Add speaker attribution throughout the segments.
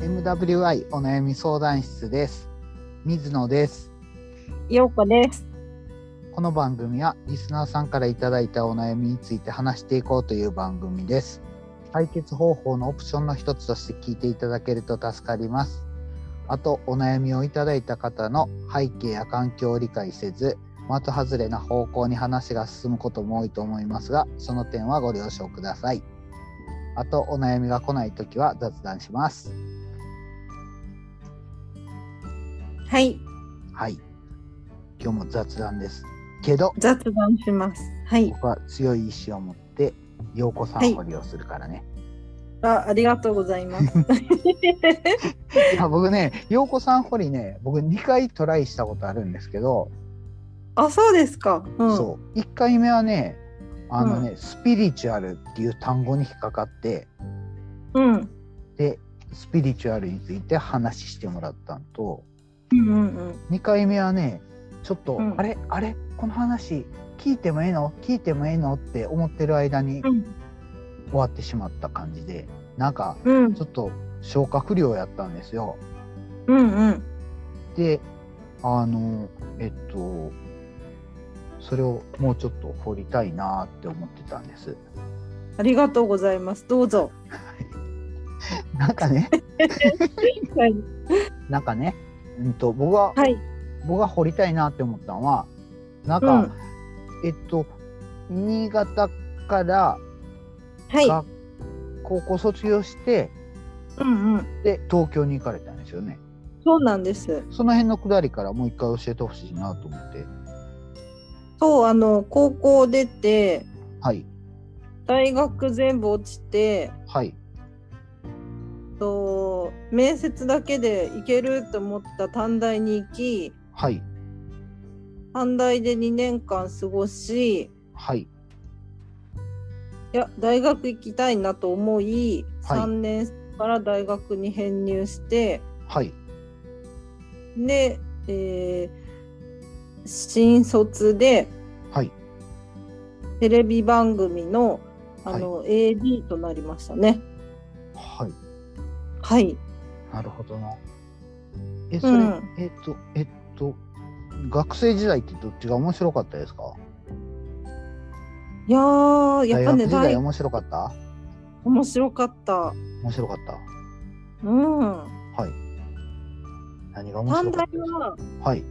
Speaker 1: AWI お悩み相談室です水野です
Speaker 2: ようこです。
Speaker 1: この番組はリスナーさんからいただいたお悩みについて話していこうという番組です解決方法のオプションの一つとして聞いていただけると助かりますあとお悩みをいただいた方の背景や環境を理解せず的外れな方向に話が進むことも多いと思いますがその点はご了承くださいあとお悩みが来ないときは雑談します
Speaker 2: はい、
Speaker 1: はい。今日も雑談です。けど、
Speaker 2: 雑談します。はい。
Speaker 1: 僕は強い意志を持って、陽子さんを利用するからね。
Speaker 2: あ、ありがとうござい ます。
Speaker 1: あ僕ね、陽子さん掘りね、僕2回トライしたことあるんですけど、
Speaker 2: あ、そうですか。うん。
Speaker 1: そう、1回目はね、あのね、スピリチュアルっていう単語に引っかかって、
Speaker 2: うん。うん
Speaker 1: で、スピリチュアルについて話してもらったのと、
Speaker 2: うん
Speaker 1: 2回目はね、ちょっと、
Speaker 2: うん
Speaker 1: あれあれこの話聞いてもええの聞いてもええのって思ってる間に
Speaker 2: うん。うん。
Speaker 1: 終わってしまった感じで、なんか、
Speaker 2: うん
Speaker 1: ちょっと消化不良やったんですよ。
Speaker 2: うんうん。
Speaker 1: で、あの、えっと、それをもうちょっと掘りたいなって思ってたんです。
Speaker 2: ありがとうございます。どうぞ。
Speaker 1: なんか ね、
Speaker 2: はい。
Speaker 1: なんかね、うんと、僕が、
Speaker 2: はい。
Speaker 1: 僕が掘りたいなって思ったのは、なんか、
Speaker 2: うん
Speaker 1: えっと、新潟から
Speaker 2: は
Speaker 1: が高校卒業して、
Speaker 2: い。うんうん。
Speaker 1: で、東京に行かれたんですよね。
Speaker 2: そうなんです。
Speaker 1: その辺のくだりからもう一回教えてほしいなと思って。
Speaker 2: そう、あの、高校出て、
Speaker 1: はい、
Speaker 2: 大学全部落ちて、
Speaker 1: はい、
Speaker 2: と面接だけで行けると思った短大に行き、
Speaker 1: はい、
Speaker 2: 短大で2年間過ごし、
Speaker 1: はい、
Speaker 2: いや大学行きたいなと思い、
Speaker 1: はい
Speaker 2: 3年から大学に編入して
Speaker 1: はい、
Speaker 2: で、えー新卒で
Speaker 1: はい。
Speaker 2: テレビ番組のあの、AD となりましたね。
Speaker 1: はい、
Speaker 2: はい、
Speaker 1: なるほどな。え、それ、
Speaker 2: うん
Speaker 1: えっと、えっと、学生時代ってどっちが面白かったですか。
Speaker 2: いやーやっ
Speaker 1: 大
Speaker 2: ぱ
Speaker 1: 学
Speaker 2: ね
Speaker 1: 時代
Speaker 2: 大
Speaker 1: 面白かった。
Speaker 2: 面白かった。
Speaker 1: 面白かっ
Speaker 2: うん、
Speaker 1: た。はい。何が面白
Speaker 2: 短
Speaker 1: か
Speaker 2: 大
Speaker 1: ったですか。
Speaker 2: は
Speaker 1: はい、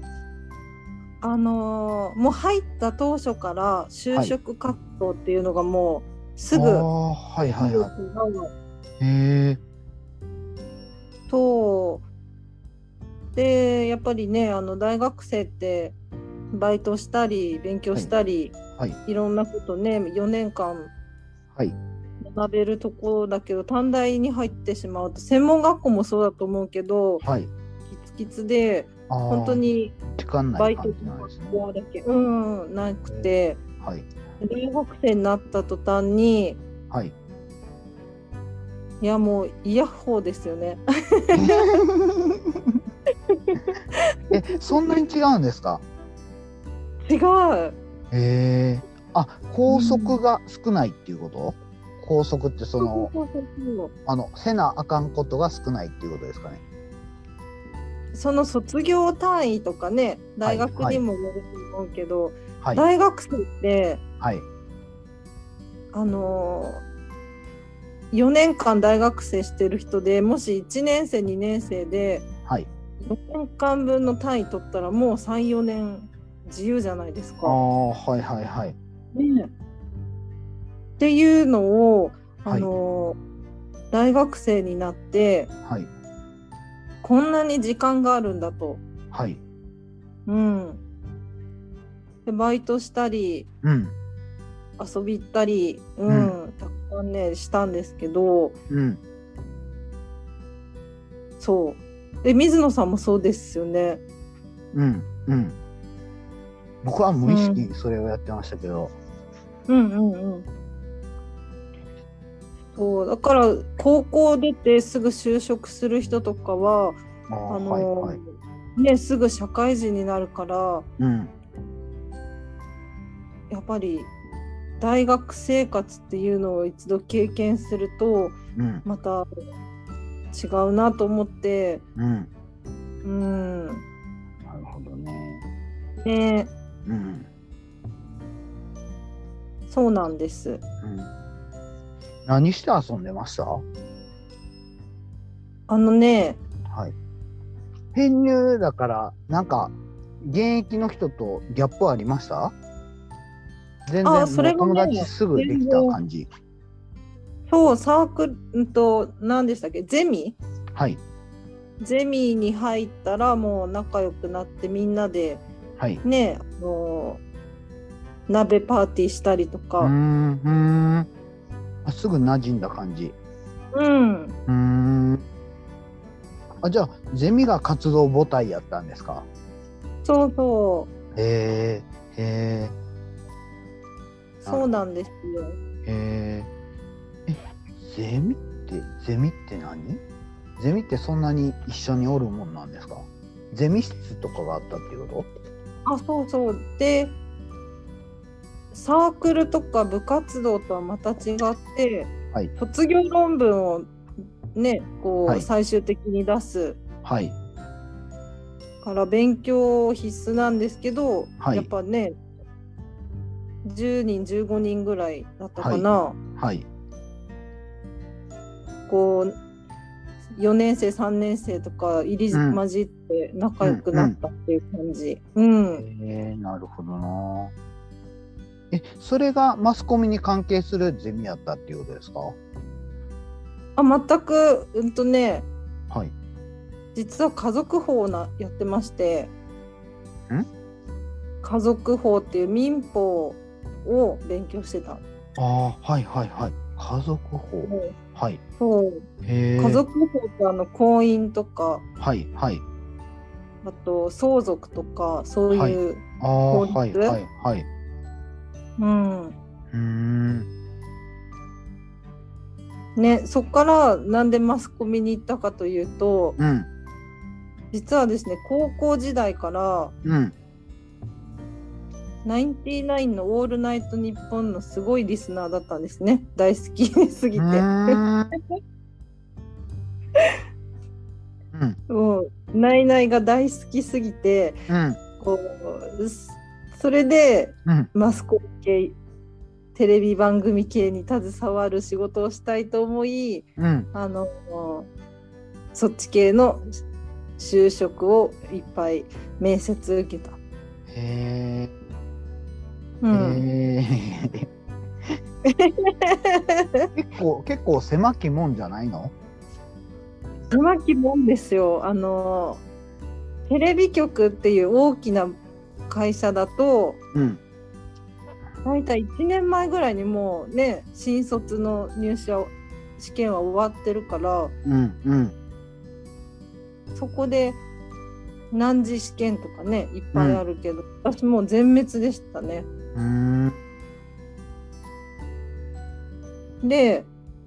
Speaker 2: あのーもう入った当初から就職活動っていうのがもうすぐ
Speaker 1: あーはいはいはい。へえ、
Speaker 2: そうでやっぱりねあの大学生ってバイトしたり勉強したり、
Speaker 1: はい
Speaker 2: ろんなことね4年間
Speaker 1: はい、
Speaker 2: 学べるところだけど短大に入ってしまうと専門学校もそうだと思うけど
Speaker 1: はい。
Speaker 2: キツキツで
Speaker 1: あー
Speaker 2: 本当に
Speaker 1: 時間
Speaker 2: バ
Speaker 1: ない
Speaker 2: イト
Speaker 1: 感
Speaker 2: と
Speaker 1: じなんですね
Speaker 2: 学。校だけうんうんなくて
Speaker 1: はい、
Speaker 2: 大学生になった途端に
Speaker 1: はい。
Speaker 2: いやもうイヤホーですよね。
Speaker 1: え、そんなに違うんですか。
Speaker 2: 違う
Speaker 1: へえ。あ、校則が少ないっていうこと。校則ってその。
Speaker 2: そうそうそう
Speaker 1: あのせなあかんことが少ないっていうことですかね。
Speaker 2: その卒業単位とかね
Speaker 1: はい
Speaker 2: 大学にもよると思うけど、
Speaker 1: はい、
Speaker 2: 大学生って
Speaker 1: はい、
Speaker 2: あのー、4年間大学生してる人でもし1年生2年生で
Speaker 1: はい。
Speaker 2: 4年間分の単位取ったらもう34年自由じゃないです
Speaker 1: あ
Speaker 2: か。
Speaker 1: あ、はい、はい、はい。
Speaker 2: ね、っていうのを、あのー大学生になって
Speaker 1: はい、
Speaker 2: こんなに時間があるんだと。
Speaker 1: はい。
Speaker 2: うん、でバイトしたり
Speaker 1: うん、
Speaker 2: 遊び行ったり、うんたくさんねしたんですけど
Speaker 1: うん。
Speaker 2: そうで水野さんもそうですよね。
Speaker 1: うん、うん。僕は無意識にそれをやってましたけど。
Speaker 2: うんうんうん、そうだから高校出てすぐ就職する人とかは
Speaker 1: ああ
Speaker 2: あ
Speaker 1: ー、はい、
Speaker 2: の
Speaker 1: はい。
Speaker 2: ね、すぐ社会人になるから
Speaker 1: うん、
Speaker 2: やっぱり大学生活っていうのを一度経験すると
Speaker 1: うん。
Speaker 2: また違うなと思って
Speaker 1: うん。
Speaker 2: うん
Speaker 1: なるほどね。
Speaker 2: ね
Speaker 1: うん。
Speaker 2: そうなんです
Speaker 1: うん。何して遊んでましたは
Speaker 2: あの
Speaker 1: い。
Speaker 2: ね
Speaker 1: 編入だから、なんか、現役の人とギャップありました全然、も
Speaker 2: あ
Speaker 1: う
Speaker 2: それがね
Speaker 1: 友達すぐできた感じ。
Speaker 2: そうサークルうんと何でしたっけゼミ
Speaker 1: はい。
Speaker 2: ゼミに入ったらもう仲良くなってみんなで
Speaker 1: はい。う
Speaker 2: ねあの鍋パーティーしたりと
Speaker 1: ー
Speaker 2: か
Speaker 1: ん。うーんあすぐ馴染んだ感じ。
Speaker 2: うん
Speaker 1: うーん。あ、じゃあ、ゼミが活動母体やったんですか
Speaker 2: そうそ
Speaker 1: へえ、へ
Speaker 2: うそうなんですよ
Speaker 1: え、へえ。え、ゼミって、ゼミって何ゼミってそんなに一緒におるもんなんですかゼミ室とかがあったっていうこ
Speaker 2: あそうそうでサークルとか部活動とはまた違って、
Speaker 1: はい
Speaker 2: 卒業論文をねこう、
Speaker 1: はい
Speaker 2: 最終的に出す
Speaker 1: とはい。
Speaker 2: から勉強必須なんですけど、
Speaker 1: はい
Speaker 2: やっぱね10人15人ぐらいだったかな、
Speaker 1: はい。
Speaker 2: こう4年生3年生とか入り
Speaker 1: うん
Speaker 2: 混じって仲良くなったっていう感じ。うん、
Speaker 1: へえ、なるほどな。え、それがマスコミに関係するゼミやったっていうことですか
Speaker 2: あ全くうんとね
Speaker 1: はい。
Speaker 2: 実は家族法なやってまして
Speaker 1: ん
Speaker 2: 家族法っていう民法を勉強してた
Speaker 1: ああ、はいはいはい。家族法。はい。
Speaker 2: そう
Speaker 1: へえ。
Speaker 2: 家族法ってあの婚姻とか
Speaker 1: はいはい。
Speaker 2: あと相続とかそういう、
Speaker 1: ああ、
Speaker 2: 法律
Speaker 1: はいはいはい。
Speaker 2: うん
Speaker 1: うーん。
Speaker 2: ね、そこからなんでマスコミに行ったかというと
Speaker 1: うん。
Speaker 2: 実はですね高校時代から
Speaker 1: うん。
Speaker 2: ナインティナインの「オールナイトニッポン」のすごいリスナーだったんですね大好きすぎて。
Speaker 1: うーんうん
Speaker 2: もうナイナイが大好きすぎて
Speaker 1: うん
Speaker 2: こうすそれで
Speaker 1: うん
Speaker 2: マスコミ系テレビ番組系に携わる仕事をしたいと思い
Speaker 1: うん
Speaker 2: あのそっち系の就職をいっぱい面接受けた。
Speaker 1: へ
Speaker 2: う
Speaker 1: え、
Speaker 2: ん、
Speaker 1: へー結構結構狭きもんじゃないの
Speaker 2: うまきもんですよあのテレビ局っていう大きな会社だと
Speaker 1: うん
Speaker 2: 大体1年前ぐらいにもうね新卒の入試は試験は終わってるから
Speaker 1: うんうん
Speaker 2: そこで何次試験とかねいっぱいあるけど、私もう全滅でしたね。
Speaker 1: うーん
Speaker 2: で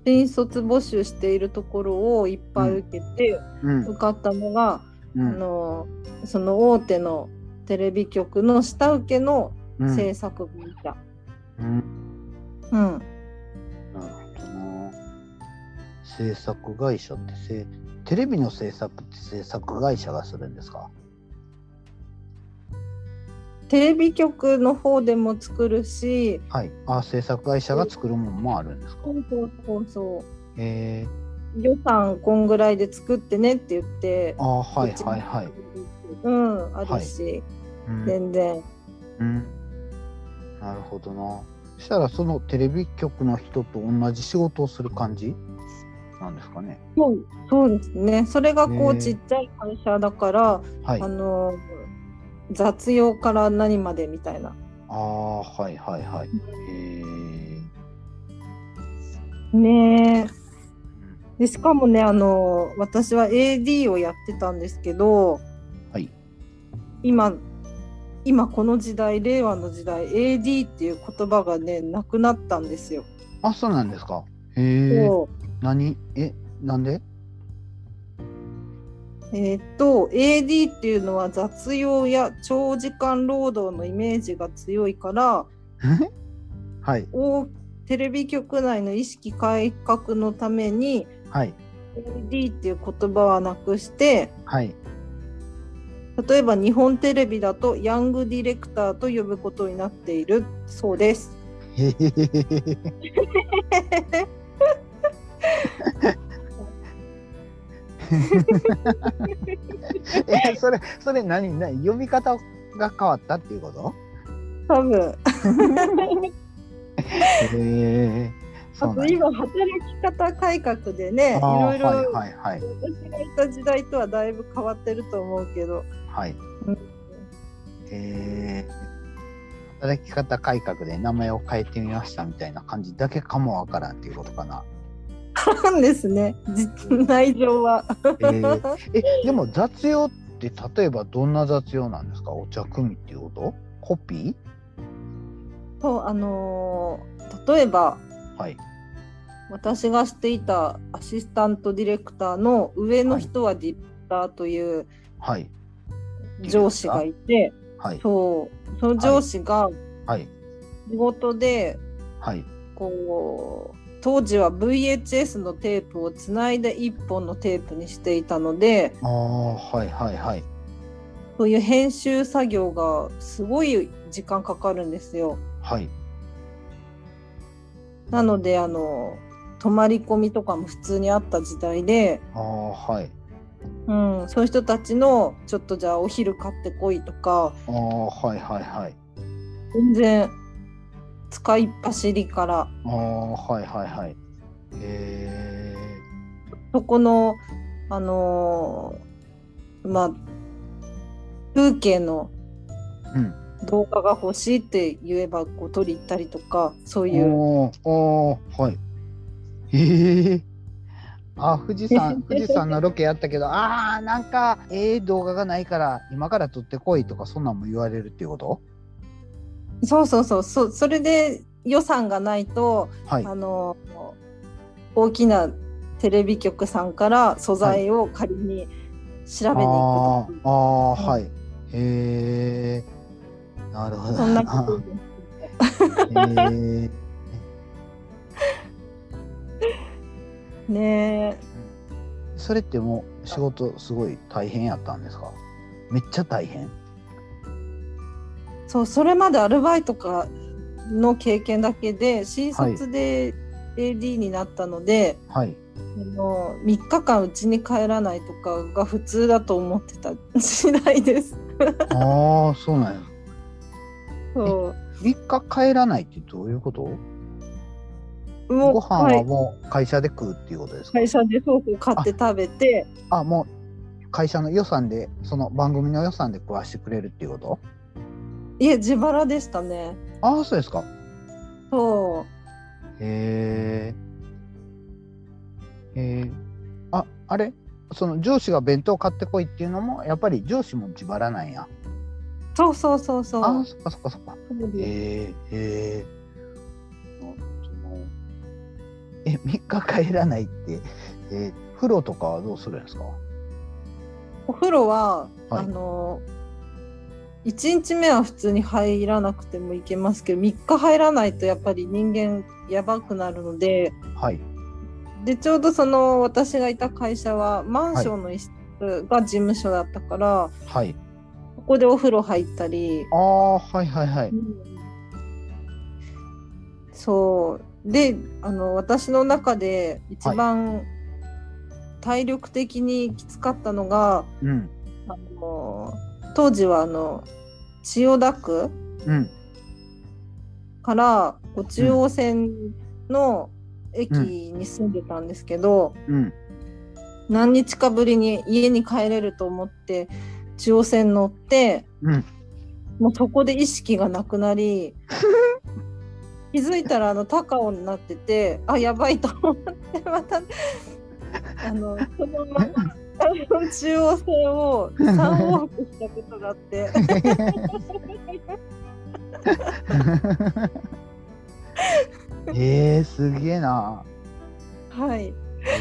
Speaker 2: 新卒募集しているところをいっぱい受けて、
Speaker 1: うん
Speaker 2: 受かったのが、
Speaker 1: う
Speaker 2: あ
Speaker 1: ん
Speaker 2: のその大手のテレビ局の下請けの
Speaker 1: うん
Speaker 2: 制作会社。
Speaker 1: うん
Speaker 2: うん
Speaker 1: なるほどな制作会社ってせテレビの制作って制作会社がするんですか
Speaker 2: テレビ局の方でも作るし
Speaker 1: はいあ制作会社が作るもんもあるんですか
Speaker 2: そうそうそうそう
Speaker 1: へえ
Speaker 2: 予算こんぐらいで作ってねって言って、
Speaker 1: あはいはいはい
Speaker 2: うん、あるし、
Speaker 1: うん
Speaker 2: 全然。
Speaker 1: うん、なるほどな。そしたらそのテレビ局の人と同じ仕事をする感じなんですかね。
Speaker 2: そうそうですね。それがこ
Speaker 1: へ
Speaker 2: う
Speaker 1: え
Speaker 2: ちっちゃい会社だから、
Speaker 1: はい。
Speaker 2: あ
Speaker 1: あ
Speaker 2: の雑用から何までみたいな。
Speaker 1: あーはいはいはい。へえ。
Speaker 2: ねえ。でしかもねあの私は AD をやってたんですけど、
Speaker 1: はい
Speaker 2: 今今この時代令和の時代 AD っていう言葉がねなくなったんですよ。
Speaker 1: あそうなんですか。へえ。
Speaker 2: そう
Speaker 1: 何えなんで？
Speaker 2: えーっと AD っていうのは雑用や長時間労働のイメージが強いから
Speaker 1: はい
Speaker 2: 大テレビ局内の意識改革のために
Speaker 1: はい。
Speaker 2: LD っていう言葉はなくして
Speaker 1: はい。
Speaker 2: 例えば日本テレビだとヤングディレクターと呼ぶことになっているそうです。
Speaker 1: へへへへへ え、それ、それ何、何、読み方が変わったっていうこと。
Speaker 2: 多分
Speaker 1: へえ。
Speaker 2: あ
Speaker 1: そうな
Speaker 2: と
Speaker 1: んや
Speaker 2: 今働き方改革でね
Speaker 1: あ
Speaker 2: い
Speaker 1: ー
Speaker 2: ろいろ
Speaker 1: はいはいはい。
Speaker 2: 私がいた時代とはだいぶ変わってると思うけど、
Speaker 1: はい。
Speaker 2: うん
Speaker 1: えー働き方改革で名前を変えてみましたみたいな感じだけかもわからんっていうことか な。
Speaker 2: なんですね実内情は。
Speaker 1: えーえ、でも雑用って例えばどんな雑用なんですかお茶組みっていうことコピ
Speaker 2: とあのー例えば
Speaker 1: ーはい。
Speaker 2: 私がしていたアシスタントディレクターの上の人はディレクターという
Speaker 1: はい。
Speaker 2: 上司がいて、
Speaker 1: はい。
Speaker 2: そうその上司が
Speaker 1: はい。
Speaker 2: 仕事で
Speaker 1: はい。
Speaker 2: こう当時は VHS のテープをつないで1本のテープにしていたので
Speaker 1: ああ、はいはいはい。
Speaker 2: そういう編集作業がすごい時間かかるんですよ。
Speaker 1: はい。
Speaker 2: なのであの泊まり込みとかも普通にあった時代で、
Speaker 1: ああ、はい。
Speaker 2: うん、そういう人たちのちょっとじゃあお昼買ってこいとか
Speaker 1: ああ、はいはいはい。
Speaker 2: 全然使いっ走りから
Speaker 1: ああ、はいはいはい。え
Speaker 2: そこのあのーまあ風景の
Speaker 1: ー、うん。
Speaker 2: 動画が欲しいって言えばこう取り行ったりとかそういう
Speaker 1: おーおーはい。ええあ富士 山富士山のロケやったけどああなんかええ動画がないから今から撮ってこいとかそんなんも言われるっていうこと
Speaker 2: そうそうそうそうそれで予算がないと、
Speaker 1: はい
Speaker 2: あの大きなテレビ局さんから素材を仮に調べに行
Speaker 1: あ
Speaker 2: くとか、
Speaker 1: ーあーはいへえなるほど
Speaker 2: そんなことで
Speaker 1: へえ
Speaker 2: すねえ
Speaker 1: それってもう仕事すごい大変やったんですかめっちゃ大変
Speaker 2: そうそれまでアルバイトかの経験だけで新卒で AD になったので、
Speaker 1: はい
Speaker 2: あの3日間うちに帰らないとかが普通だと思ってた次第です。
Speaker 1: ああそうなんや
Speaker 2: そ
Speaker 1: 3日帰らないってどういうこと
Speaker 2: うもう
Speaker 1: ご飯
Speaker 2: は
Speaker 1: はいもう会社で食うっていうことですか
Speaker 2: 会社でそうそう買って食べて
Speaker 1: あもう会社の予算でその番組の予算で食わしてくれるっていうこと
Speaker 2: いえ自腹でしたね。
Speaker 1: ああそうですか
Speaker 2: そ
Speaker 1: へえへえああれその上司が弁当買ってこいっていうのもやっぱり上司も自腹なんや
Speaker 2: うそうそうそうそ
Speaker 1: ああ
Speaker 2: う。
Speaker 1: そっかそっかそっか
Speaker 2: そうです
Speaker 1: へえへえなるほどなえ3日帰らないって、えー風呂とかはどうするんですか
Speaker 2: お風呂は、
Speaker 1: はい
Speaker 2: あの1日目は普通に入らなくてもいけますけど3日入らないとやっぱり人間やばくなるので
Speaker 1: はい
Speaker 2: でちょうどその私がいた会社はマンションの一室が事務所だったから、
Speaker 1: はい
Speaker 2: ここでお風呂入ったり、
Speaker 1: ああはいはいはい
Speaker 2: そうであの私の中で一番体力的にきつかったのが、
Speaker 1: うん
Speaker 2: あの当時はあの千代田区
Speaker 1: うん
Speaker 2: からこう中央線の駅に住んでたんですけど、
Speaker 1: うん
Speaker 2: 何日かぶりに家に帰れると思って中央線乗って
Speaker 1: うん
Speaker 2: もうそこで意識がなく なり気づいたらあの高尾になっててあやばいと思ってまたあのそのまま あの中央線を3往復したことがあって
Speaker 1: ええすげえな。
Speaker 2: はい
Speaker 1: え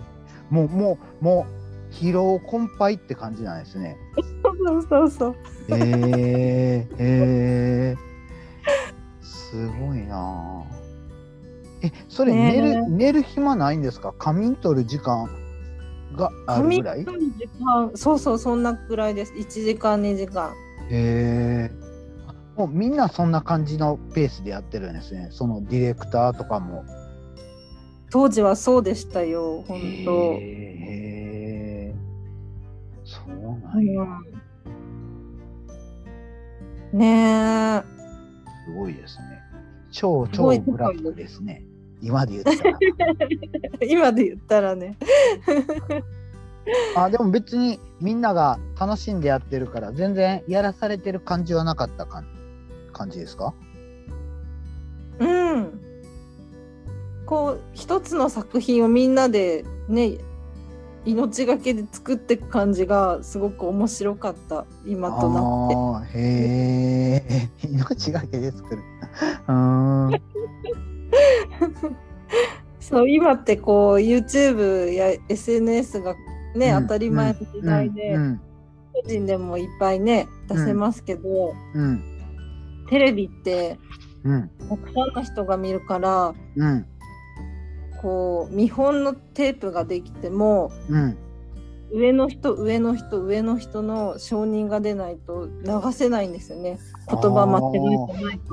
Speaker 1: えもうもうもう疲労困憊って感じなんですね。
Speaker 2: そうそうそう
Speaker 1: ええええすごいな。え、それ寝
Speaker 2: ね
Speaker 1: る、寝る暇ないんですか。仮眠取る時間がある
Speaker 2: 髪
Speaker 1: ぐらい。へ
Speaker 2: 取る時間そうそうそんなぐらいです1時間2時間
Speaker 1: え。もうみんなそんな感じのペースでやってるんですね。そのディレクターとかも。
Speaker 2: 当時はそうでしたよ本当
Speaker 1: へえ。そうなんや。
Speaker 2: うんねえ
Speaker 1: すごいですね。超
Speaker 2: す
Speaker 1: 超
Speaker 2: ごい
Speaker 1: ブラックですね。今で言った ら。
Speaker 2: 今で言ったらね
Speaker 1: あでも別にみんなが楽しんでやってるから全然やらされてる感じはなかった感感じですか
Speaker 2: うんこう一つの作品をみんなでね命がけで作っていく感じがすごく面白かった今とな
Speaker 1: あ
Speaker 2: って
Speaker 1: ーへえ命がけで作る。うーん
Speaker 2: そう今ってこう YouTube や SNS がね、
Speaker 1: うん
Speaker 2: 当たり前の時代で、
Speaker 1: うん
Speaker 2: 個人でもいっぱいね出せますけど、
Speaker 1: うん
Speaker 2: テレビって
Speaker 1: うん
Speaker 2: たくさんの人が見るから
Speaker 1: うん
Speaker 2: こう見本のテープができても
Speaker 1: うん
Speaker 2: 上の人上の人上の人の承認が出ないと流せないんですよね言葉間違えてないか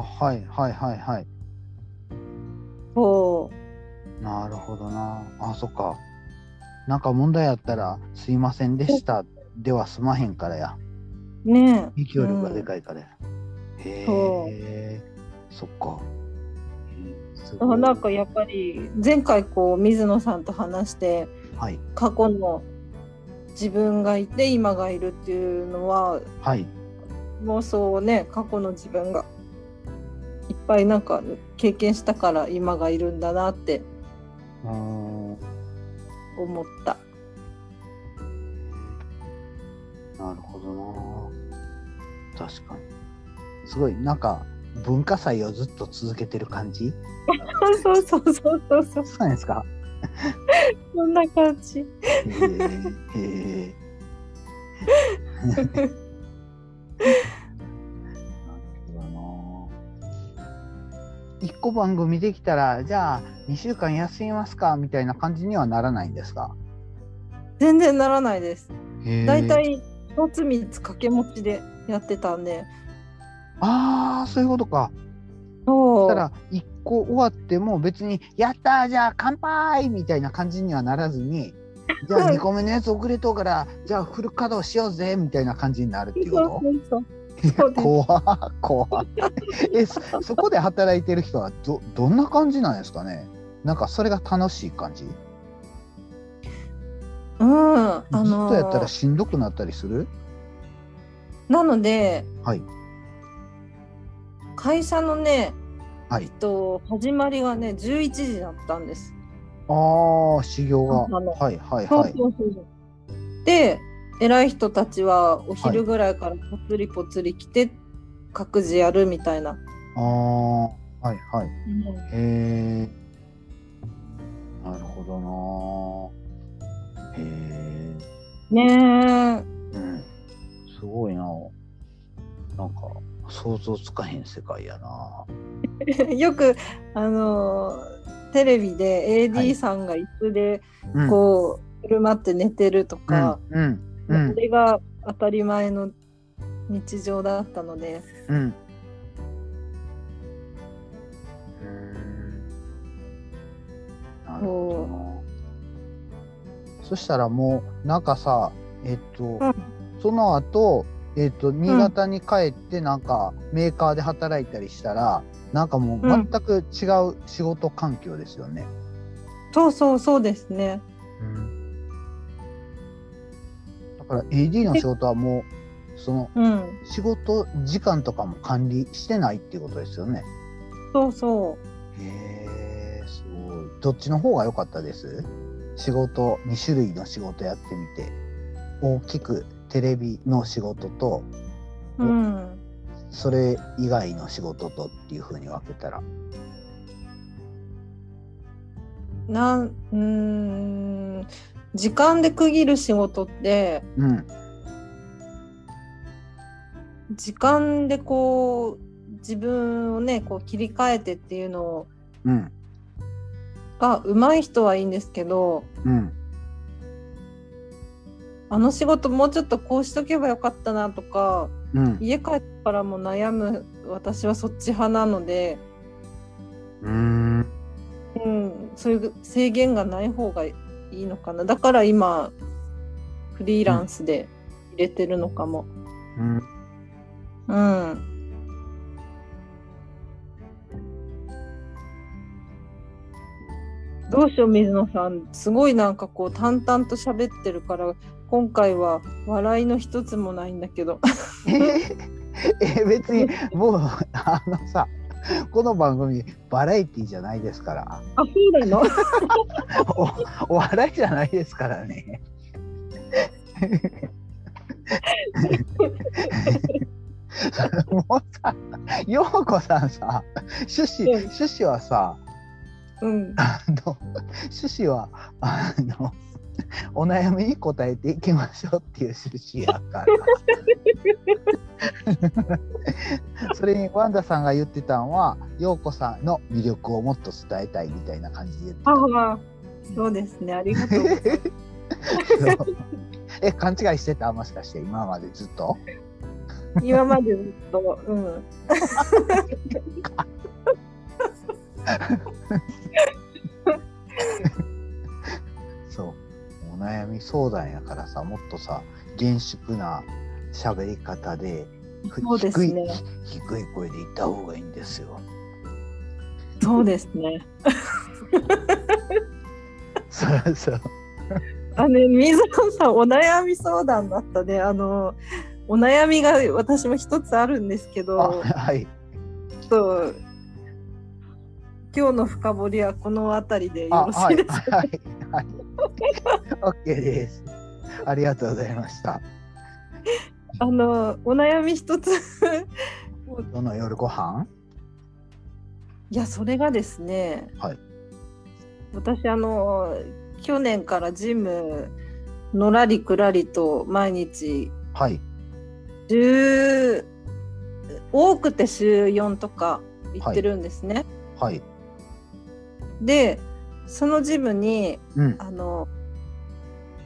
Speaker 1: ああ
Speaker 2: か
Speaker 1: はいはいはいはい
Speaker 2: そ
Speaker 1: なるほどなあそっかなんか問題あったら「すいませんでした」では済まへんからや
Speaker 2: うねえ
Speaker 1: 影響力がでかいからや、へ
Speaker 2: そう
Speaker 1: えそっかうんす
Speaker 2: だからなんかやっぱり前回こう水野さんと話して
Speaker 1: はい
Speaker 2: 過去の自分がいて今がいるっていうのは
Speaker 1: はい
Speaker 2: 妄想をね過去の自分がいっぱいなんか経験したから今がいるんだなって
Speaker 1: うーん
Speaker 2: 思った。
Speaker 1: なるほどな確かにすごいなんか文化祭をずっと続けてる感じ
Speaker 2: そうそうそうそうそう
Speaker 1: そうなんですか
Speaker 2: そんな感じ。
Speaker 1: へえへえなるほ どな1個番組できたらじゃあ2週間休みますかみたいな感じにはならないんですか
Speaker 2: 全然ならないです。
Speaker 1: だ
Speaker 2: だいたい一つ三つ掛け持ちでやってたんで。
Speaker 1: ああそういうことか。
Speaker 2: そ
Speaker 1: した
Speaker 2: う。
Speaker 1: ら一個終わっても別に「やったーじゃあ乾杯!」みたいな感じにはならず に「じゃあ2個目のやつ遅れとうからじゃあフル稼働しようぜ」みたいな感じになるっていう
Speaker 2: そう
Speaker 1: こ
Speaker 2: そうそう。そ
Speaker 1: と
Speaker 2: うです
Speaker 1: 怖っ怖っえそそこで働いてる人はどどんな感じなんですかねなんかそれが楽しい感じずっ
Speaker 2: うん。あの
Speaker 1: とやったらしんどくなったりする
Speaker 2: なので
Speaker 1: はい
Speaker 2: 会社のね、
Speaker 1: はい
Speaker 2: えっと始まりがね11時だったんです。
Speaker 1: あー修行が
Speaker 2: あの
Speaker 1: はいはい
Speaker 2: そう
Speaker 1: は
Speaker 2: そ
Speaker 1: いう
Speaker 2: そう。で偉い人たちはお昼ぐらいからぽつりぽつり来て各自やるみたいな。
Speaker 1: あーはいはいへえ。なるほどな。へ
Speaker 2: ねえ。
Speaker 1: え。うん。すごいな。なんか想像つかへん世界やな。
Speaker 2: よくあのーテレビで
Speaker 1: はい
Speaker 2: AD さんが椅子で
Speaker 1: うん
Speaker 2: こう、振る舞って寝てると
Speaker 1: う
Speaker 2: か
Speaker 1: ん、うんうん
Speaker 2: それが当たり前の日常だったので
Speaker 1: うん。なるほどな。そしたらもうなんかさ、えっと、
Speaker 2: ん
Speaker 1: その後えっと新潟に帰ってなんかメーカーで働いたりしたら、なんかもう全く違う仕事環境ですよね。
Speaker 2: そうそうそうですね
Speaker 1: だから AD の仕事はもうその
Speaker 2: うん
Speaker 1: 仕事時間とかも管理してないっていうことですよね。
Speaker 2: そうそ
Speaker 1: へえ、すごい。どっちの方が良かったです仕事、2種類の仕事やってみて。大きくテレビの仕事と、
Speaker 2: ううん
Speaker 1: それ以外の仕事とっていうふうに分けたら。
Speaker 2: なんうーん時間で区切る仕事って
Speaker 1: うん。
Speaker 2: 時間でこう自分をねこう切り替えてっていうのを
Speaker 1: うん。
Speaker 2: が上手い人はいいんですけど
Speaker 1: うん。
Speaker 2: あの仕事もうちょっとこうしとけばよかったなとか
Speaker 1: うん。
Speaker 2: 家帰ってからも悩む私はそっち派なので、
Speaker 1: うーん。
Speaker 2: うん、そういう制限がない方がいいのかなだから今フリーランスで入れてるのかも。
Speaker 1: うん
Speaker 2: うん、どうしよう水野さんすごいなんかこう淡々と喋ってるから今回は笑いの一つもないんだけど
Speaker 1: え別にもうあのさこの番組バラエティじゃないですから
Speaker 2: あそうなの
Speaker 1: おお笑いじゃないですからねもうさ陽子さんさ趣旨
Speaker 2: うん
Speaker 1: 趣旨はさ
Speaker 2: うん
Speaker 1: あの趣旨はあのお悩みに答えていきましょうっていう趣旨やからそれにワンダさんが言ってたんは陽子さんの魅力をもっと伝えたいみたいな感じで言ってた
Speaker 2: ああそうですねありがとう
Speaker 1: そう え勘違いしてたもしかして今までずっと
Speaker 2: 今までずっとうん
Speaker 1: そうお悩み相談やからさもっとさ厳粛な喋り方でふ
Speaker 2: そうですね
Speaker 1: 低い低い声で言った方がいいんですよ
Speaker 2: そうですね
Speaker 1: そうそう
Speaker 2: あの水野さんお悩み相談だったねあのお悩みが私も一つあるんですけ
Speaker 1: あ
Speaker 2: ど
Speaker 1: はい
Speaker 2: ちょっと今日の深掘りはこの辺りで
Speaker 1: あ
Speaker 2: よろし
Speaker 1: はいい
Speaker 2: ですか。
Speaker 1: はいはい OK ですありがとうございました
Speaker 2: あのお悩み一つ
Speaker 1: どの夜ご飯
Speaker 2: いやそれがですね、
Speaker 1: はい
Speaker 2: 私あの去年からジムのらりくらりと毎日
Speaker 1: はい
Speaker 2: 10多くて週4とか行ってるんですね。
Speaker 1: はい
Speaker 2: でそのジムに
Speaker 1: うん
Speaker 2: あの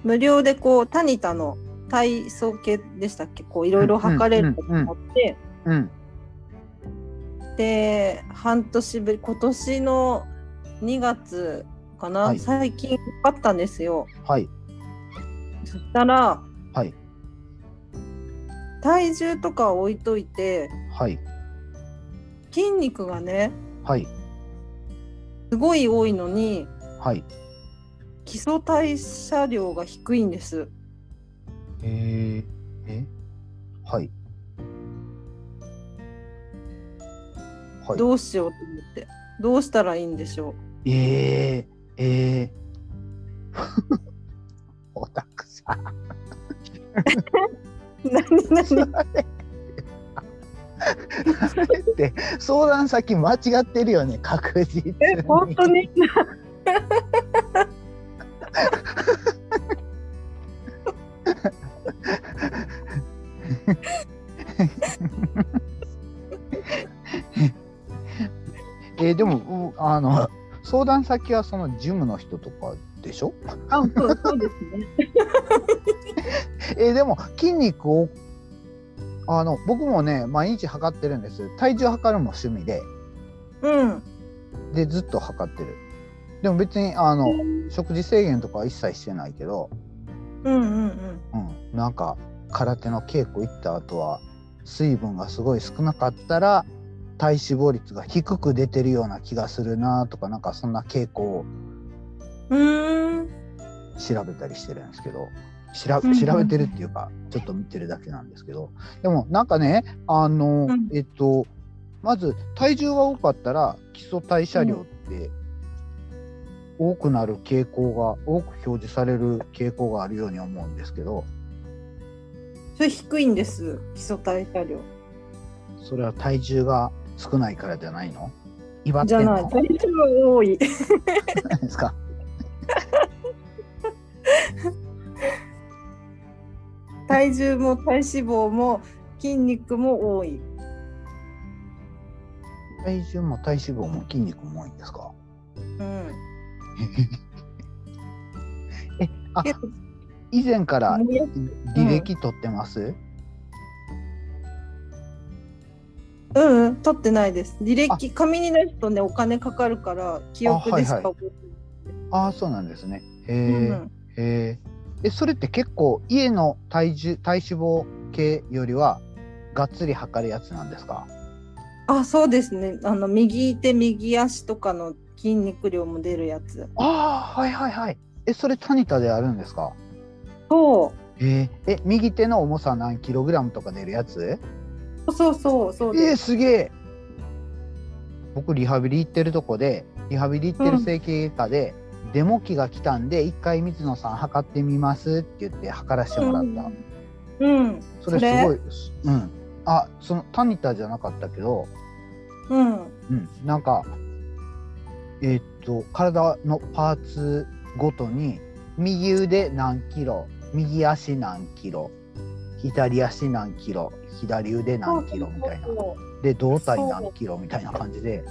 Speaker 2: 無料でこうタニタの体操計でしたっけこういろいろ測れると思って、
Speaker 1: うん
Speaker 2: で半年ぶり今年の2月かな、
Speaker 1: はい
Speaker 2: 最近買ったんですよ
Speaker 1: はい
Speaker 2: そしたら、
Speaker 1: はい
Speaker 2: 体重とかは置いといて
Speaker 1: はい
Speaker 2: 筋肉がね
Speaker 1: はい
Speaker 2: すごい多いのに
Speaker 1: はい
Speaker 2: 基礎代謝量が低いんです
Speaker 1: えー、えはいはい
Speaker 2: どうしようと思ってどうしたらいいんでしょう
Speaker 1: えー、えー、 オタクさん
Speaker 2: 何 何
Speaker 1: って相談先間違ってるよね確実に
Speaker 2: え本当に
Speaker 1: えーでもうあの相談先はそのジムの人とかでしょ
Speaker 2: あそうそうですね
Speaker 1: えーでも筋肉をあの僕もね毎日測ってるんです体重測るのも趣味で
Speaker 2: うん
Speaker 1: でずっと測ってるでも別にあの食事制限とかは一切してないけど、
Speaker 2: うんうん
Speaker 1: うん、なんか空手の稽古行った後は水分がすごい少なかったら体脂肪率が低く出てるような気がするなとかなんかそんな傾向を
Speaker 2: うんうーん
Speaker 1: 調べたりしてるんですけど調
Speaker 2: うんうん
Speaker 1: 調べてるっていうかちょっと見てるだけなんですけどでもなんかねあの、
Speaker 2: うん
Speaker 1: えっとまず体重が多かったら基礎代謝量って多くなる傾向が多く表示される傾向があるように思うんですけど
Speaker 2: それ低いんです基礎代謝量
Speaker 1: それは体重が少ないからじゃないの威張って
Speaker 2: じゃ
Speaker 1: ん
Speaker 2: ない
Speaker 1: の
Speaker 2: 体重が多い
Speaker 1: ですか
Speaker 2: 体重も体脂肪も筋肉も多い
Speaker 1: 体重も体脂肪も筋肉も多いんですか
Speaker 2: うん
Speaker 1: あ
Speaker 2: けど
Speaker 1: 以前から
Speaker 2: 盛り上
Speaker 1: 履
Speaker 2: が
Speaker 1: 歴取ってます、
Speaker 2: うんうん、取ってないです。履歴、紙に出すとね、お金かかるから、記憶でしか覚え
Speaker 1: ああそうなんですねへ
Speaker 2: て
Speaker 1: え、
Speaker 2: ない。うん
Speaker 1: へええそれって結構家の体重体脂肪計よりはがっつり測るやつなんですか
Speaker 2: あ、そうですね。あの、右手、右足とかの筋肉量も出るやつ。
Speaker 1: ああはいはいはいえそれタニタであるんですか
Speaker 2: そ
Speaker 1: ええ右手の重さ何キログラムとか出るやつ
Speaker 2: う、そうそう、そう
Speaker 1: え
Speaker 2: で
Speaker 1: ー、
Speaker 2: す。
Speaker 1: すげえ僕リハビリ行ってるとこでリハビリ行ってる整形外科で、デモ機が来たんで一回水野さん測ってみますって言って測らせてもらった、
Speaker 2: うん、
Speaker 1: それすごいうんあそのタニタじゃなかったけど
Speaker 2: うん、
Speaker 1: うん、なんかえーっと体のパーツごとに右腕何キロ右足何キロ左足何キロ左腕何キロみたいなで胴体何キロみたいな感じで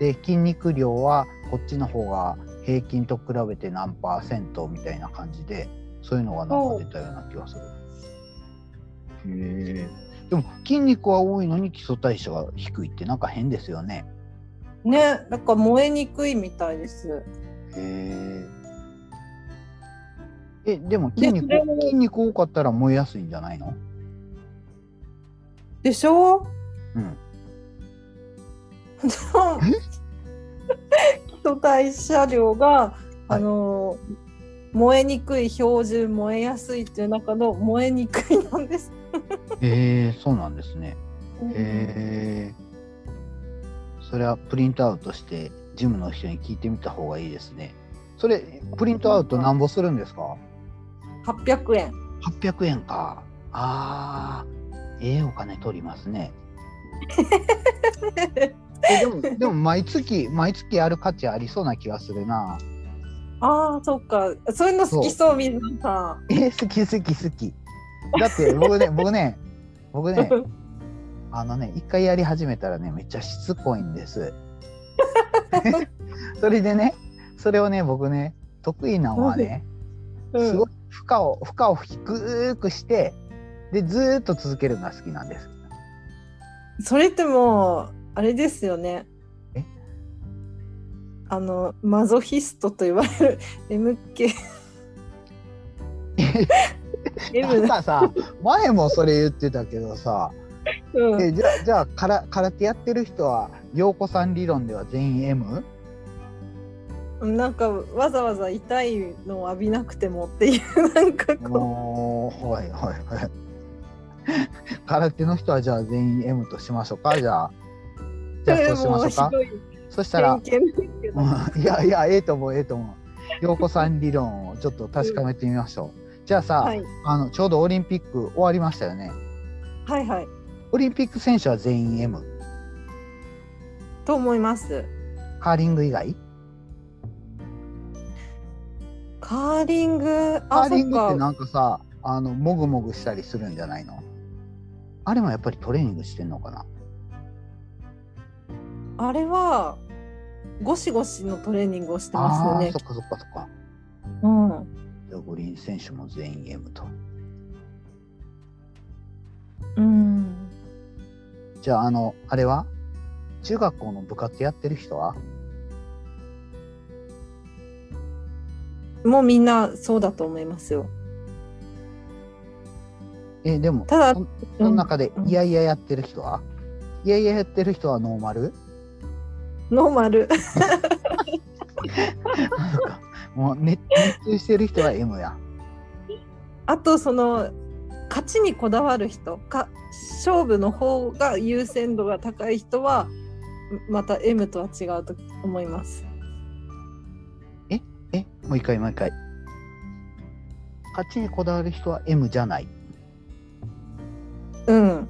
Speaker 1: で筋肉量はこっちの方が平均と比べて何パーセントみたいな感じでそういうのがなんか出たような気がする。へえ。でも筋肉は多いのに基礎代謝が低いってなんか変ですよね。
Speaker 2: ね、なんか燃えにくいみたいです。
Speaker 1: へえ。えでも筋肉
Speaker 2: でそれも
Speaker 1: 筋肉多かったら燃えやすいんじゃないの？
Speaker 2: でしょ
Speaker 1: うん。
Speaker 2: 基礎代謝量が、あの燃えにくい標準燃えやすいっていう中の燃えにくいなんです。
Speaker 1: へえそうなんですね。へえ。それはプリントアウトしてジムの人に聞いてみた方がいいですね。それプリントアウトなんぼするんですか
Speaker 2: 800円。
Speaker 1: ？800円か。ああ、ええお金取ります ね。えでもでも毎月毎月やる価値ありそうな気がするな。
Speaker 2: ああ、そっか。そういうの好きそう、みんな
Speaker 1: え好き好き好き。だって僕 ね僕ね僕
Speaker 2: さ
Speaker 1: ね
Speaker 2: ん。
Speaker 1: あのね一回やり始めたらねめっちゃしつこいんです。 それでねそれをね僕ね得意なのはね、
Speaker 2: うん
Speaker 1: すごい負荷を負荷を低くしてでずーっと続けるのが好きなんです。
Speaker 2: それってもうあれですよね
Speaker 1: え。
Speaker 2: あのマゾヒストと言われる MK。
Speaker 1: なん
Speaker 2: M
Speaker 1: かさ前もそれ言ってたけどさ
Speaker 2: うん、
Speaker 1: えじゃあじゃあから空手やってる人は陽子さん理論では全員 M?
Speaker 2: なんかわざわざ痛いのを浴びなくてもっていうなんかこ
Speaker 1: おーはいはいはい。空手の人はじゃあ全員 M としましょうかじゃあ。
Speaker 2: う
Speaker 1: じゃあ
Speaker 2: れ
Speaker 1: そうしましょう
Speaker 2: ひ
Speaker 1: か。
Speaker 2: どい
Speaker 1: そしたら
Speaker 2: 偏見ですけど、
Speaker 1: うんいやいやええと思うええと思う陽子さん理論をちょっと確かめてみましょう、じゃあさ、
Speaker 2: はい、
Speaker 1: あのちょうどオリンピック終わりましたよね
Speaker 2: はいはい
Speaker 1: オリンピック選手は全員 M
Speaker 2: と思います。
Speaker 1: カーリング以外
Speaker 2: カーリング
Speaker 1: カ
Speaker 2: あ
Speaker 1: ーリ
Speaker 2: そ
Speaker 1: ングっ
Speaker 2: っ
Speaker 1: て
Speaker 2: か
Speaker 1: なんかさあのもぐもぐしたりするんじゃないのあれもやっぱりトレーニングしてんのかな
Speaker 2: あれはゴシゴシのトレーニングをしてますよ
Speaker 1: あ
Speaker 2: ね
Speaker 1: ーそ。っかそっかそっか
Speaker 2: うん
Speaker 1: じゃあ五輪選手も全員 M と
Speaker 2: うん
Speaker 1: じゃああのあれは中学校の部活やってる人は
Speaker 2: もうみんなそうだと思いますよ。
Speaker 1: えでも
Speaker 2: ただ
Speaker 1: そんその中でいやいややってる人は、いやいややってる人はノーマル
Speaker 2: ノーマル
Speaker 1: なんかもう熱熱中してる人は M や。
Speaker 2: あとその勝ちにこだわる人か勝負の方が優先度が高い人はまた M とは違うと思います。
Speaker 1: え、もう一回もう一回。勝ちにこだわる人は M じゃない。
Speaker 2: うん、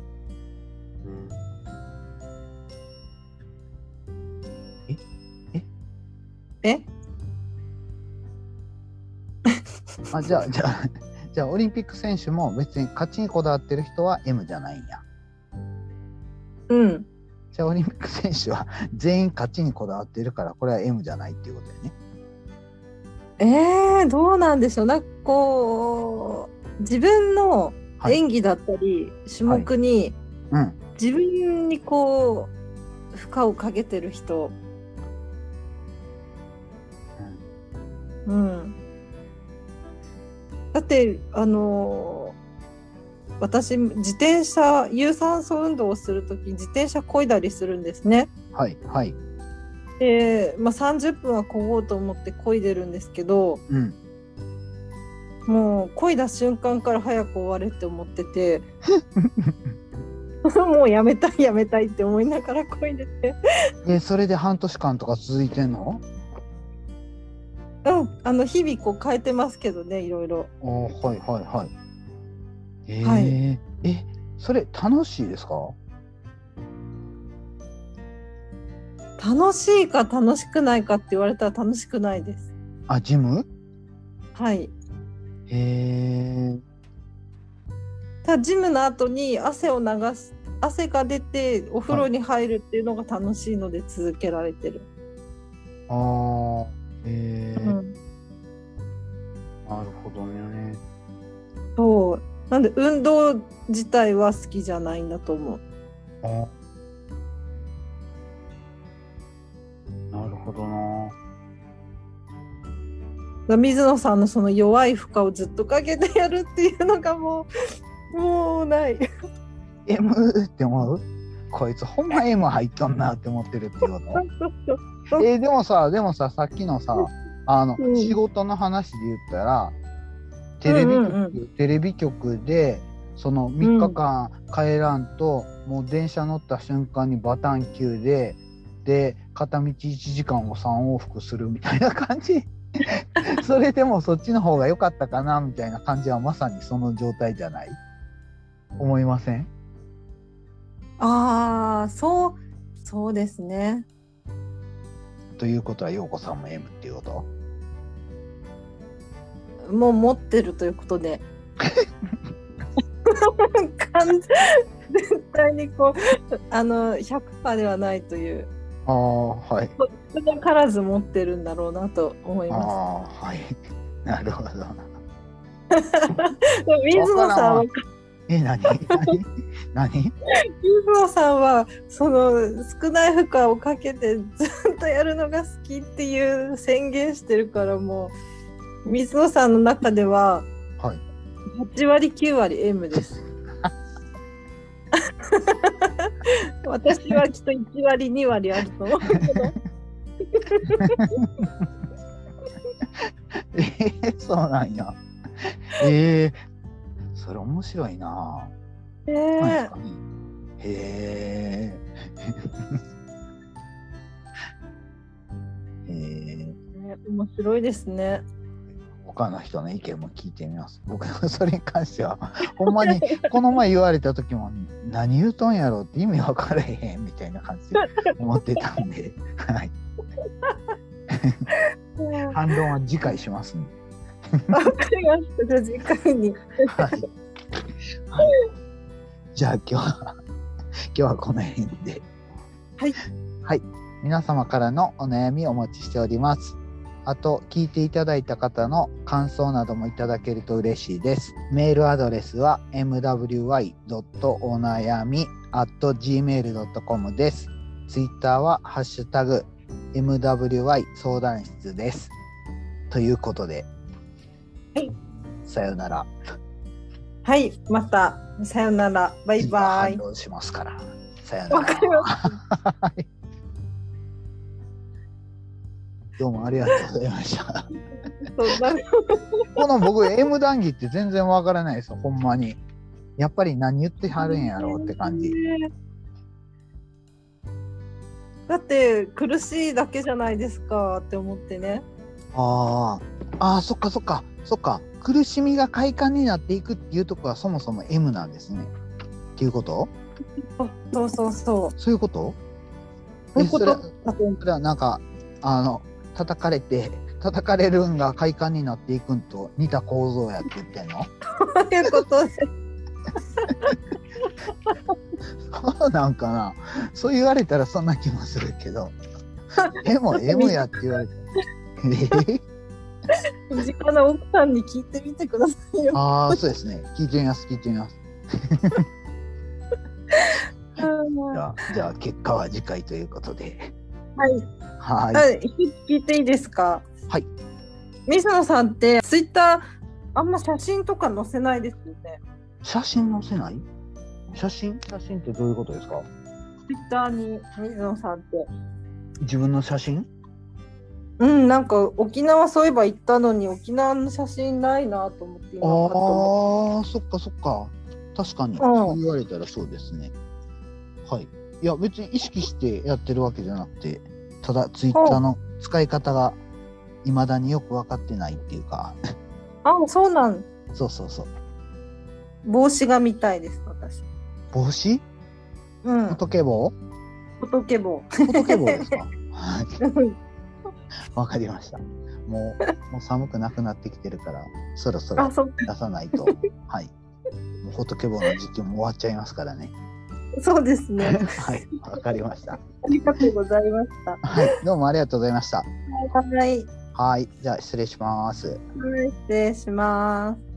Speaker 2: え
Speaker 1: あじゃあじゃあ じゃあオリンピック選手も別に勝ちにこだわってる人は M じゃないんや。
Speaker 2: うん
Speaker 1: じゃあオリンピック選手は全員勝ちにこだわってるからこれは M じゃないっていうことだよね。
Speaker 2: えー、どうなんでしょうなんかこう自分の
Speaker 1: はい
Speaker 2: 演技だったり、種目に
Speaker 1: うん。
Speaker 2: 自分にこう負荷をかけてる人、うん、だってあのー私自転車有酸素運動をするとき自転車こいだりするんですね。
Speaker 1: はい。はい。
Speaker 2: で、まあ、30分はこごうと思ってこいでるんですけど
Speaker 1: うん。
Speaker 2: もうこいだ瞬間から早く終われって思ってて もうやめたいやめたいって思いながらこいでて
Speaker 1: え、それで半年間とか続いてんの
Speaker 2: うん、あの日々こう変えてますけどね、いろいろ。
Speaker 1: あーはいはいはい。えー
Speaker 2: はい
Speaker 1: え、それ楽しいですか
Speaker 2: 楽しいか楽しくないかって言われたら楽しくないです。
Speaker 1: あ、ジム
Speaker 2: はい。
Speaker 1: へえ。
Speaker 2: ただジムの後に汗を流す、汗が出てお風呂に入るっていうのが楽しいので続けられてる。
Speaker 1: あーへえ、
Speaker 2: うん、
Speaker 1: なるほどね。
Speaker 2: そう。なんで運動自体は好きじゃないんだと思う。
Speaker 1: あなるほどな。
Speaker 2: だから水野さんのその弱い負荷をずっとかけてやるっていうのがもう、もうない。
Speaker 1: え、むーって思うこいつほんま M 入っとんなって思ってるって ことえーでもさでもささっきのさあの、
Speaker 2: うん
Speaker 1: 仕事の話で言ったらテレビ局、
Speaker 2: うんうんう
Speaker 1: テレビ局でその3日間帰らんと、もう電車乗った瞬間にバタン級でで片道1時間を3往復するみたいな感 じそれでもそっちの方が良かったかなみたいな感じはまさにその状態じゃない思いません
Speaker 2: ああ、そう、そうですね。
Speaker 1: ということは陽子さんも M っていうこと
Speaker 2: もう持ってるということで。 完全絶対にこうあの100%ではないという
Speaker 1: ああはい
Speaker 2: 少なからず持ってるんだろうなと思い
Speaker 1: あ
Speaker 2: ま
Speaker 1: あはい なるほど
Speaker 2: す。でも水野さんは
Speaker 1: わえ、 なに、なに、なに、
Speaker 2: 水野さんはその少ない負荷をかけてずっとやるのが好きっていう宣言してるからもう水野さんの中では
Speaker 1: はい。
Speaker 2: 8割9割 M です。私はきっと1割2割あると思うけど
Speaker 1: えー、そうなんや。ええそれ面白いな。
Speaker 2: ね
Speaker 1: え。へえ。 へえ。
Speaker 2: えねえ面白いですね。
Speaker 1: 他の人の意見も聞いてみます。僕はそれに関しては、ほんまにこの前言われた時も、何言うとんやろって意味わからへんみたいな感じで思ってたんで、はい。
Speaker 2: わ
Speaker 1: 反論は次回しますんで。
Speaker 2: かりました。じゃあ次回に。
Speaker 1: はい。はい、じゃあ今日は 今日はこの辺で。
Speaker 2: はい。
Speaker 1: はい。皆様からのお悩みお待ちしております。あと聞いていただいた方の感想などもいただけると嬉しいです。メールアドレスは mwy.onayami@gmail.com です。ツイッターはハッシュタグ mwy 相談室です。ということで。
Speaker 2: はい。
Speaker 1: さようなら。
Speaker 2: はい、またさよなら。バイバイ
Speaker 1: 反。論しますから。さよな
Speaker 2: わ
Speaker 1: ら
Speaker 2: か。りました。
Speaker 1: はいどうもありがとうございました。
Speaker 2: そうだね
Speaker 1: この僕 M 談義って全然わからないですよ。ほんまに。やっぱり何言ってはるんやろうって感じ。
Speaker 2: だって苦しいだけじゃないですかって思ってね。
Speaker 1: あーあー、そっかそっかそっか。苦しみが快感になっていくっていうところはそもそも M なんですね。っていうこと？
Speaker 2: あそうそうそう。
Speaker 1: そういうこと？
Speaker 2: そういうこ
Speaker 1: え
Speaker 2: と
Speaker 1: それ
Speaker 2: だと思う
Speaker 1: それはなんかあの叩かれて叩かれるんが快感になっていくんと似た構造やって言ってんの
Speaker 2: ということで。
Speaker 1: そう なんかなそう言われたらそん な気もするけどでも M やって言われて え
Speaker 2: 身近な奥さんに聞いてみてくださいよ。
Speaker 1: ああ、そうですね。聞いてみます。聞いてみます。じゃあ、じゃあ結果は次回ということで。
Speaker 2: はい。
Speaker 1: は
Speaker 2: あ
Speaker 1: ーい。
Speaker 2: 聞いていいですか。
Speaker 1: はい。
Speaker 2: 水野さんってツイッターあんま写真とか載せないですよね。
Speaker 1: 写真載せない。写真、写真ってどういうことですか。
Speaker 2: ツイッターに水野さんって。
Speaker 1: 自分の写真。
Speaker 2: うん、なんか沖縄そういえば行ったのに沖縄の写真ないなと思って今パッと思っ
Speaker 1: ああ、そっか、そっか。確かに。そう言われたら、そうですね。はい。いや、別に意識してやってるわけじゃなくて。ただ、ツイッターの使い方が。未だによく分かってないっていうか。
Speaker 2: た。あ、そうなん。
Speaker 1: そうそうそう。
Speaker 2: 帽子が見たいです私。
Speaker 1: 帽子。
Speaker 2: うん。
Speaker 1: 仏 帽。
Speaker 2: 仏帽。
Speaker 1: 仏帽ですか。はい。
Speaker 2: うん
Speaker 1: わかりました。もう、もう寒くなくなってきてるから、そろそろ
Speaker 2: あ、そう
Speaker 1: 出さないと。はい。もう仏棒の時期も終わっちゃいますからね。
Speaker 2: そうですね。
Speaker 1: はい、わかりました。
Speaker 2: ありがとうございました。
Speaker 1: はい、どうもありがとうございました。
Speaker 2: はい、はい、
Speaker 1: はい、じゃあ失礼します。
Speaker 2: 失礼します。